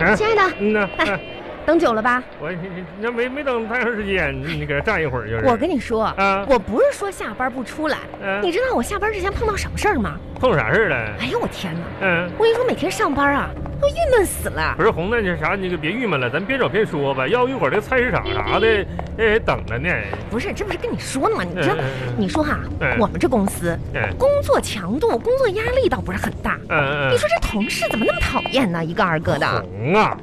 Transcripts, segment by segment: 啊亲爱的，嗯呐，哎等久了吧？我那没没等太长时间，你搁这站一会儿就是。我跟你说，啊我不是说下班不出来，嗯你知道我下班之前碰到什么事儿吗？碰啥事儿了？哎呦我天哪！嗯，我跟你说，每天上班啊，都郁闷死了。不是红的，那啥，你就别郁闷了，咱边走边说吧。要一会儿这菜市场啥的，那也等着呢。不是，这不是跟你说呢吗？你嗯这，嗯你说哈嗯，我们这公司嗯工作强度、工作压力倒不是很大。嗯你说这同事怎么那么讨厌呢？一个二个的，红啊，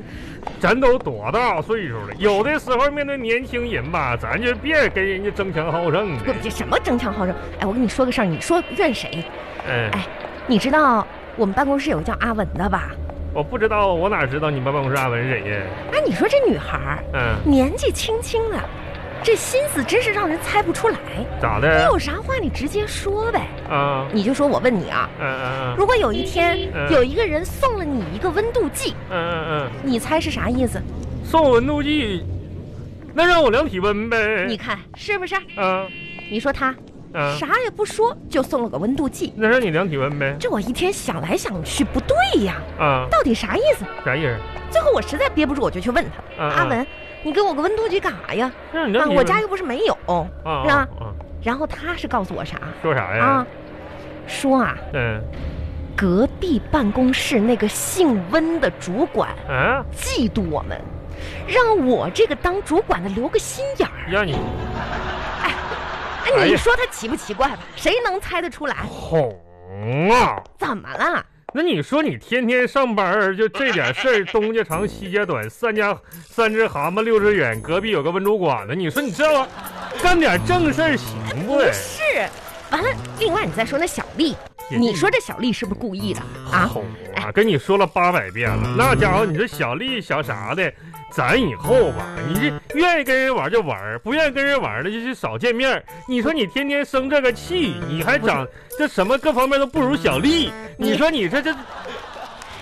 咱都多大岁数了？有的时候面对年轻人吧，咱就别跟人家争强好胜不的。这什么争强好胜？哎，我跟你说个事儿，你说怨谁？嗯，哎你知道我们办公室有个叫阿文的吧？我不知道，我哪知道你们办公室阿文是谁呀？哎，你说这女孩儿嗯，年纪轻轻的，这心思真是让人猜不出来。咋你的？有啥话你直接说呗，啊，你就说我问你啊，嗯嗯嗯如果有一天嗯有一个人送了你一个温度计，嗯嗯你猜是啥意思？嗯，送温度计，那让我量体温呗。你看是不是？啊你说他啊，啥也不说就送了个温度计，那让你量体温呗。这我一天想来想去不对呀，啊，到底啥意思？啥意思？最后我实在憋不住，我就去问他，啊阿，文，你给我个温度计干啥呀？让你啊量，体温。我家又不是没有。啊是吧啊啊，然后他是告诉我啥说啥呀啊？？说啊，嗯隔壁办公室那个姓温的主管啊，嫉妒我们，让我这个当主管的留个心眼儿。让你哎，哎你呀说他奇不奇怪吧？谁能猜得出来？红啊。怎么了？那你说你天天上班儿，就这点事儿，东家长西家短，三家三只蛤蟆六只远，隔壁有个温州馆子，你说你这玩意儿干点正事儿行不不？是，完了。另外，你再说那小丽，也你说这小丽是不是故意的啊？好啊，跟你说了八百遍了，那家伙你这小丽小啥的，咱以后吧，你这愿意跟人玩就玩，不愿意跟人玩的就是少见面儿。你说你天天生这个气，你还长这什么各方面都不如小丽，你你说你这这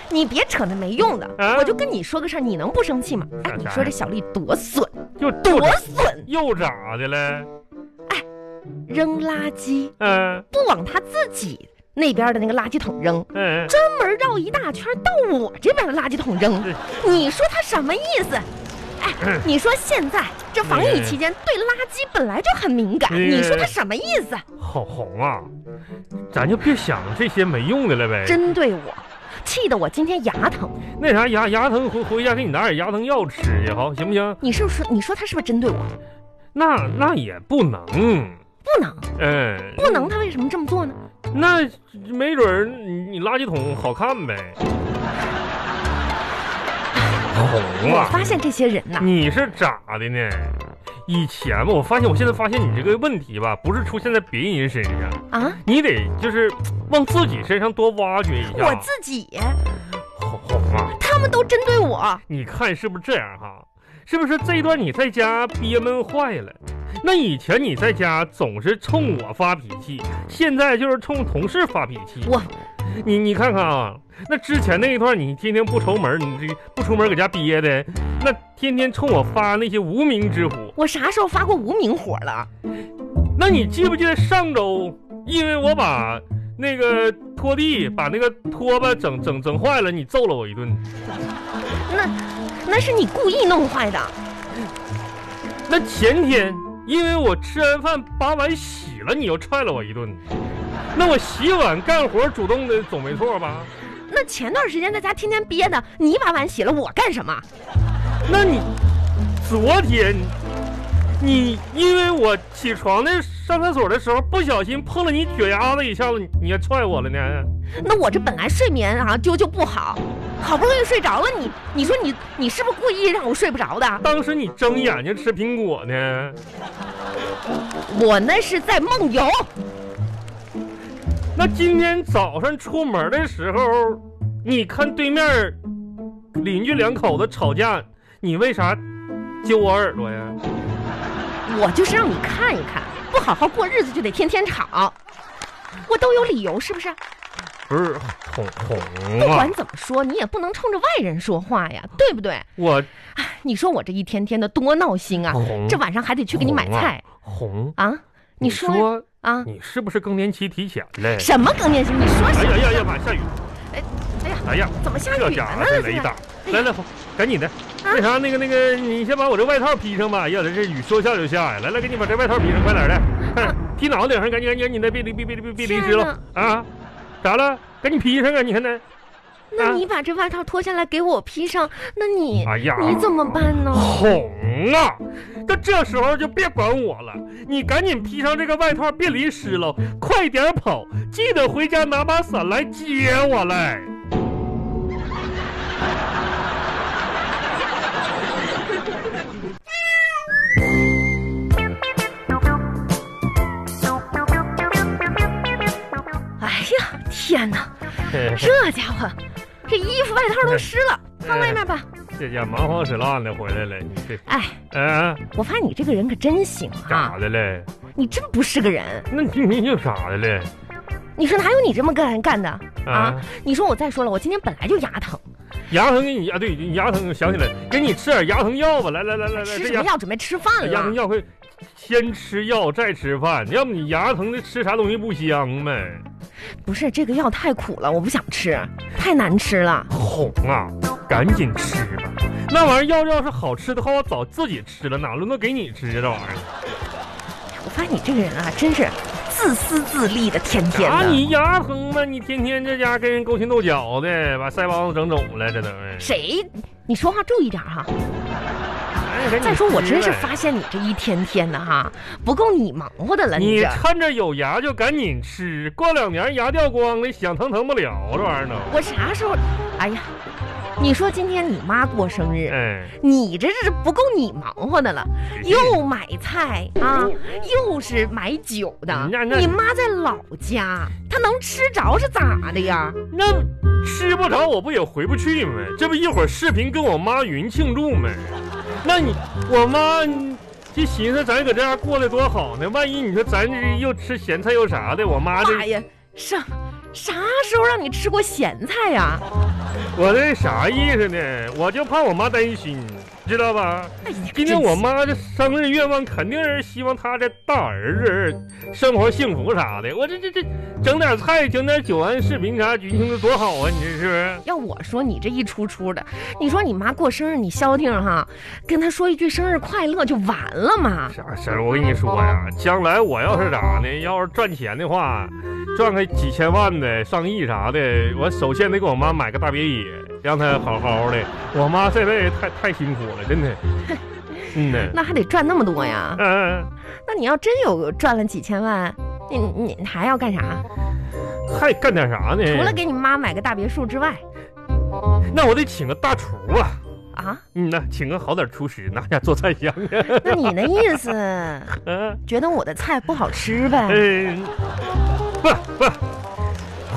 你别扯那没用的。啊我就跟你说个事儿，你能不生气吗？哎，啥你啥说呀这小丽多损，又多又咋损，又咋的了？扔垃圾嗯、不往她自己那边的那个垃圾桶扔，嗯。专门绕一大圈到我这边的垃圾桶扔对。你说他什么意思？哎嗯，你说现在这防疫嗯期间对垃圾本来就很敏感，嗯你说他什么意思？好红啊，咱就别想这些没用的了呗。针对我，气得我今天牙疼。那啥牙牙疼，回回家给你拿点牙疼药吃去，好行不行？你是不是？你说他是不是针对我？那那也不能，不能，嗯，不能，他为什么这么做呢？那没准儿你你垃圾桶好看 呗。红我啊，发现这些人呐、你是咋的呢？以前吧，我发现我现在发现你这个问题吧，不是出现在别人身上，啊，你得就是往自己身上多挖掘一下。我自己，红红啊。他们都针对我。你看是不是这样哈？是不是这一段你在家憋闷坏了？那以前你在家总是冲我发脾气，现在就是冲同事发脾气。我你你看看啊，那之前那一段你天天不出门，你这不出门搁家憋的，那天天冲我发那些无名之火。我啥时候发过无名火了？那你记不记得上周，因为我把那个拖地把那个拖把整整整坏了，你揍了我一顿。那那是你故意弄坏的。那前天因为我吃完饭把碗洗了，你又踹了我一顿。那我洗碗干活主动的总没错吧？那前段时间在家天天憋的，你把碗洗了，我干什么？那你昨天你因为我起床的上厕所的时候不小心碰了你脚丫子一下子，你你还踹我了呢？那我这本来睡眠啊就就不好，好不容易睡着了，你你说你你是不是故意让我睡不着的？当时你睁眼睛吃苹果呢？我那是在梦游，那今天早上出门的时候，你看对面儿邻居两口子吵架，你为啥揪我耳朵呀？我就是让你看一看，不好好过日子就得天天吵，我都有理由是不是？不是红不红啊管！怎么说，你也不能冲着外人说话呀，对不对？我你说我这一天天的多闹心啊，红这晚上还得去给你买菜红，啊？你说说啊？你是不是更年期提前了？什么更年期？你说哎什呀么？呀呀妈！下雨！哎呀，哎呀，怎么下这雨家伙了呢？这这雷是哎打，来来，赶啊紧的，那啥，那个那个，你先把我这外套披上吧。呀，这雨说下就下呀。来来，给你把这外套披上，快点啊儿的，快点儿，披脑袋顶上，赶紧赶紧赶紧的，别离别别别别离天湿了啊！咋了？赶紧披上啊！你看那，那你把这外套脱下来给我披上，那你哎啊呀，你怎么办 呢？红啊！到这时候就别管我了，你赶紧披上这个外套，别淋湿了，快点跑，记得回家拿把伞来接我 来。哎呀，天哪，这家伙，这衣服外哎套都湿了，放外面吧。这家忙慌死浪的回来了，你这，哎，啊，我发现你这个人可真行啊咋，的了？你真不是个人。那你你有啥的了？你说哪有你这么干干的啊啊？你说我再说了，我今天本来就牙疼，牙疼给你啊？对，你牙疼，想起来，给你吃点牙疼药吧。来来来来来，吃呃这什牙哎么药准啊备吃饭牙疼了。药会先吃药再吃饭，要不你牙疼的吃啥东西不香呗？不是这个药太苦了，我不想吃，太难吃了。哄啊，赶紧吃吧。那玩意儿要要是好吃的话，我早自己吃了，哪轮得给你吃这玩意儿？我发现你这个人啊，真是自私自利的，天天啊，的。你牙疼吗？你天天这家跟人勾心斗角的，把腮帮子整肿了，这都是。谁？你说话注意点哈、哎赶紧再说我真是吃呗发现你这一天天的哈，不够你忙活的了，你你这。趁着有牙就赶紧吃，过两年牙掉光了，想疼疼不了这玩意儿都。我啥时候？哎呀，你说今天你妈过生日，哎，你这是不够你忙活的了，又买菜啊，又是买酒的那那。你妈在老家，她能吃着是咋的呀？那吃不着我不也回不去吗？这不一会儿视频跟我妈云庆祝吗？那你我妈就寻思咱搁这样过得多好呢，万一你说咱这又吃咸菜又啥的，我妈这妈呀，啥啥时候让你吃过咸菜啊呀？我这啥意思呢？我就怕我妈担心，知道吧？哎呀，今天真我是妈这生日愿望肯定是希望她这大儿子生活幸福啥的。我这这这整点菜，整点酒安视频啥，云庆祝多好啊！你这是不是？要我说你这一出出的，你说你妈过生日你消停哈，跟她说一句生日快乐就完了嘛。啥事儿？我跟你说哦呀，将来我要是咋呢？要是赚钱的话，赚个几千万的、上亿啥的，我首先得给我妈买个大别野，让她好好的。我妈这辈子太太辛苦了，真的。 嗯呢，那还得赚那么多呀？嗯、那你要真有赚了几千万，你你还要干啥？还干点啥呢？除了给你妈买个大别墅之外，那我得请个大厨啊。啊，嗯呐，请个好点厨师，拿家做菜香啊。那你那意思，嗯、觉得我的菜不好吃呗？哎不不，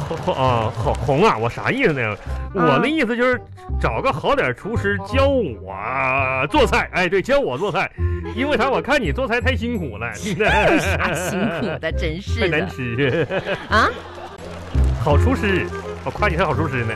红啊红红啊，我啥意思呢？嗯我那意思就是找个好点厨师教我做菜。哎，对，教我做菜，因为啥？我看你做菜太辛苦 了，有啥啊辛苦的，真太是嗯难的吃。啊！好厨师，我夸你是好厨 师呢。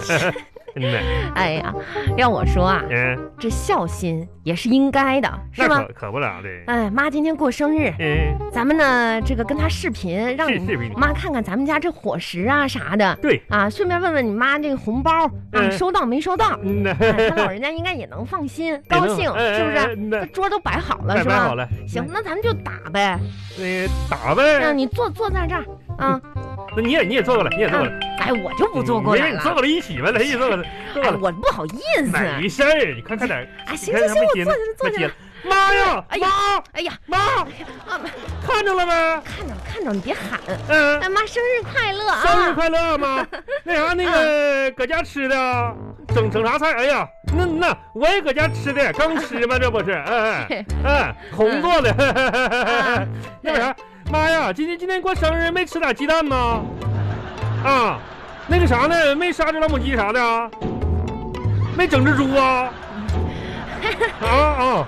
嗯呐，哎呀，让我说啊，嗯，这孝心也是应该的，是那吧？可可不咋的。哎，妈今天过生日，嗯，咱们呢这个跟她视频，让是你视频妈看看咱们家这伙食啊啥的对，啊，顺便问问你妈这个红包啊嗯收到没 收到？嗯呐，哎她老人家应该也能 放心高兴，是不是？嗯这呐，桌都摆好了拜是拜哎好吧？了。嗯行，那咱们就打呗。那打呗。让你坐坐在这儿啊！那你也你也坐过来，你嗯也坐过来，哎，我就不坐过来没事嗯了你坐。过来一起吧，来一起坐过 来，坐哎过，来。我不好意思。没事儿，你看看点儿，哎，行你行看他行，们我坐接下呢坐那下接了。妈呀，哎呀妈哎呀，妈，啊，看着了没？看着了看着了，你别喊。嗯、哎妈，生日快乐啊！生日快乐 妈。那啥，那个搁家吃的啊，整整啥菜？哎呀，那那我也搁家吃的，刚吃嘛，这 不是？哎哎哎，红做的。嗯 那个啥，妈呀，今天今天过生日没吃俩鸡蛋吗？啊，那个啥呢？没杀只老母鸡啥的啊？没整只猪 啊？啊啊，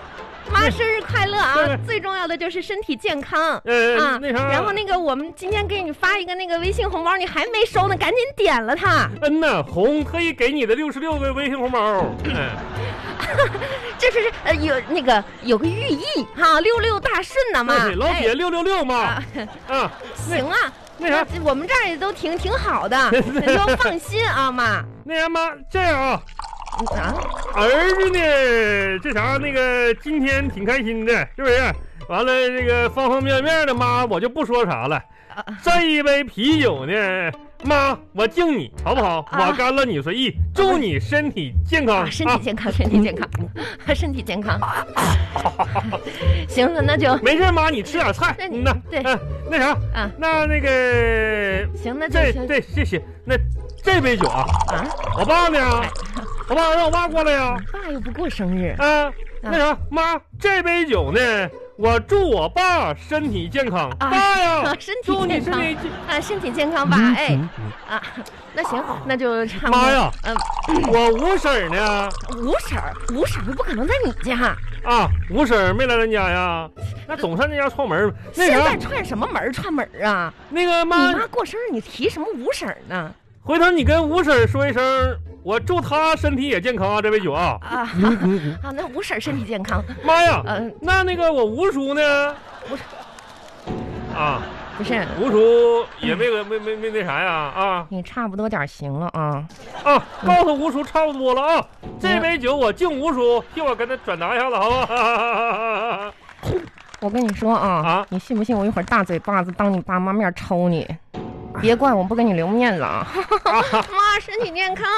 妈，生日快乐啊对！最重要的就是身体健康。呃，啊，那啥，然后那个，我们今天给你发一个那个微信红包，你还没收呢，赶紧点了它。嗯呐，红特意给你的六十六个微信红包，哎这是呃有那个有个寓意哈，六六大顺呢嘛。老铁六六六嘛，哎啊，行啊，那啥，我们这儿也都挺挺好 的，你都放心啊，妈。那啥妈，这样啊，啊，儿子呢，这啥那个今天挺开心的，是不是？完了，这个方方面面的妈，我就不说啥了。啊这一杯啤酒呢，妈，我敬你，好不好？啊我干了你随意，祝你身体健康啊，身体健康，身体健康，身体 健康。行了，那就没事，妈，你吃点菜。那你嗯呐对嗯那啥，啊，那那个，行，那就这行这谢谢。那这杯酒啊，啊。我爸呢？我爸让我爸过来呀、爸又不过生日，啊。那啥，妈，这杯酒呢，我祝我爸身体健康。啊爸呀 啊，，身体祝你健身康体健。啊，身体健嗯康吧，哎啊，那行，那就唱歌。妈呀嗯，我五婶儿呢？吴婶儿，吴婶儿不可能在你家，啊，五婶儿没来咱家呀？那总上那家串门儿。那现在啥，串什么门儿串门儿啊？那个你妈，妈过生日，你提什么吴婶儿呢？回头你跟五婶儿说一声，我祝她身体也健康啊，这杯酒啊。啊，啊，那吴婶儿身体健康。妈呀，嗯，那那个我吴叔呢？吴叔啊，不是，吴叔也没个没没没那啥呀啊你差不多点儿行了啊。啊！告诉吴叔差不多了啊，这杯酒我敬吴叔，替我跟他转达一下子，好不 好？我跟你说啊，啊你信不信我一会儿大嘴巴子当你爸妈面抽你？别怪我不给你留面子 啊！妈，身体健康。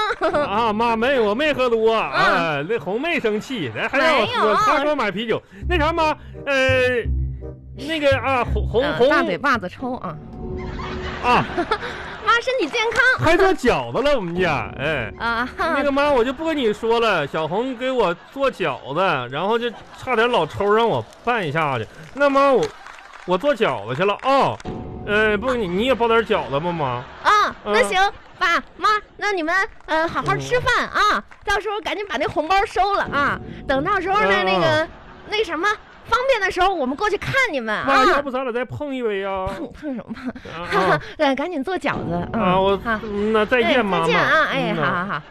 啊，妈没，我没喝多啊，嗯啊那红妹生气，来还让我没喝，有她给我买啤酒，那啥妈，呃，那个啊，红红嗯红大嘴巴子抽啊！啊，妈，身体健康还做饺子了，我们家，哎。啊！哈那个妈，我就不跟你说了。小红给我做饺子，然后就差点老抽让我拌一下去。那妈，我我做饺子去了啊、呃，不，你你也包点饺子吧，妈。啊，那嗯行，爸妈，那你们呃好好吃饭啊，到时候赶紧把那红包收了啊，等到时候呢嗯那个那什么方便的时候，我们过去看你们妈，要啊。不咱俩再碰一杯呀、啊？碰碰什么？啊 呃，赶紧做饺子啊，我好，嗯那再见，哎妈妈。再见啊！哎，嗯好呐好好，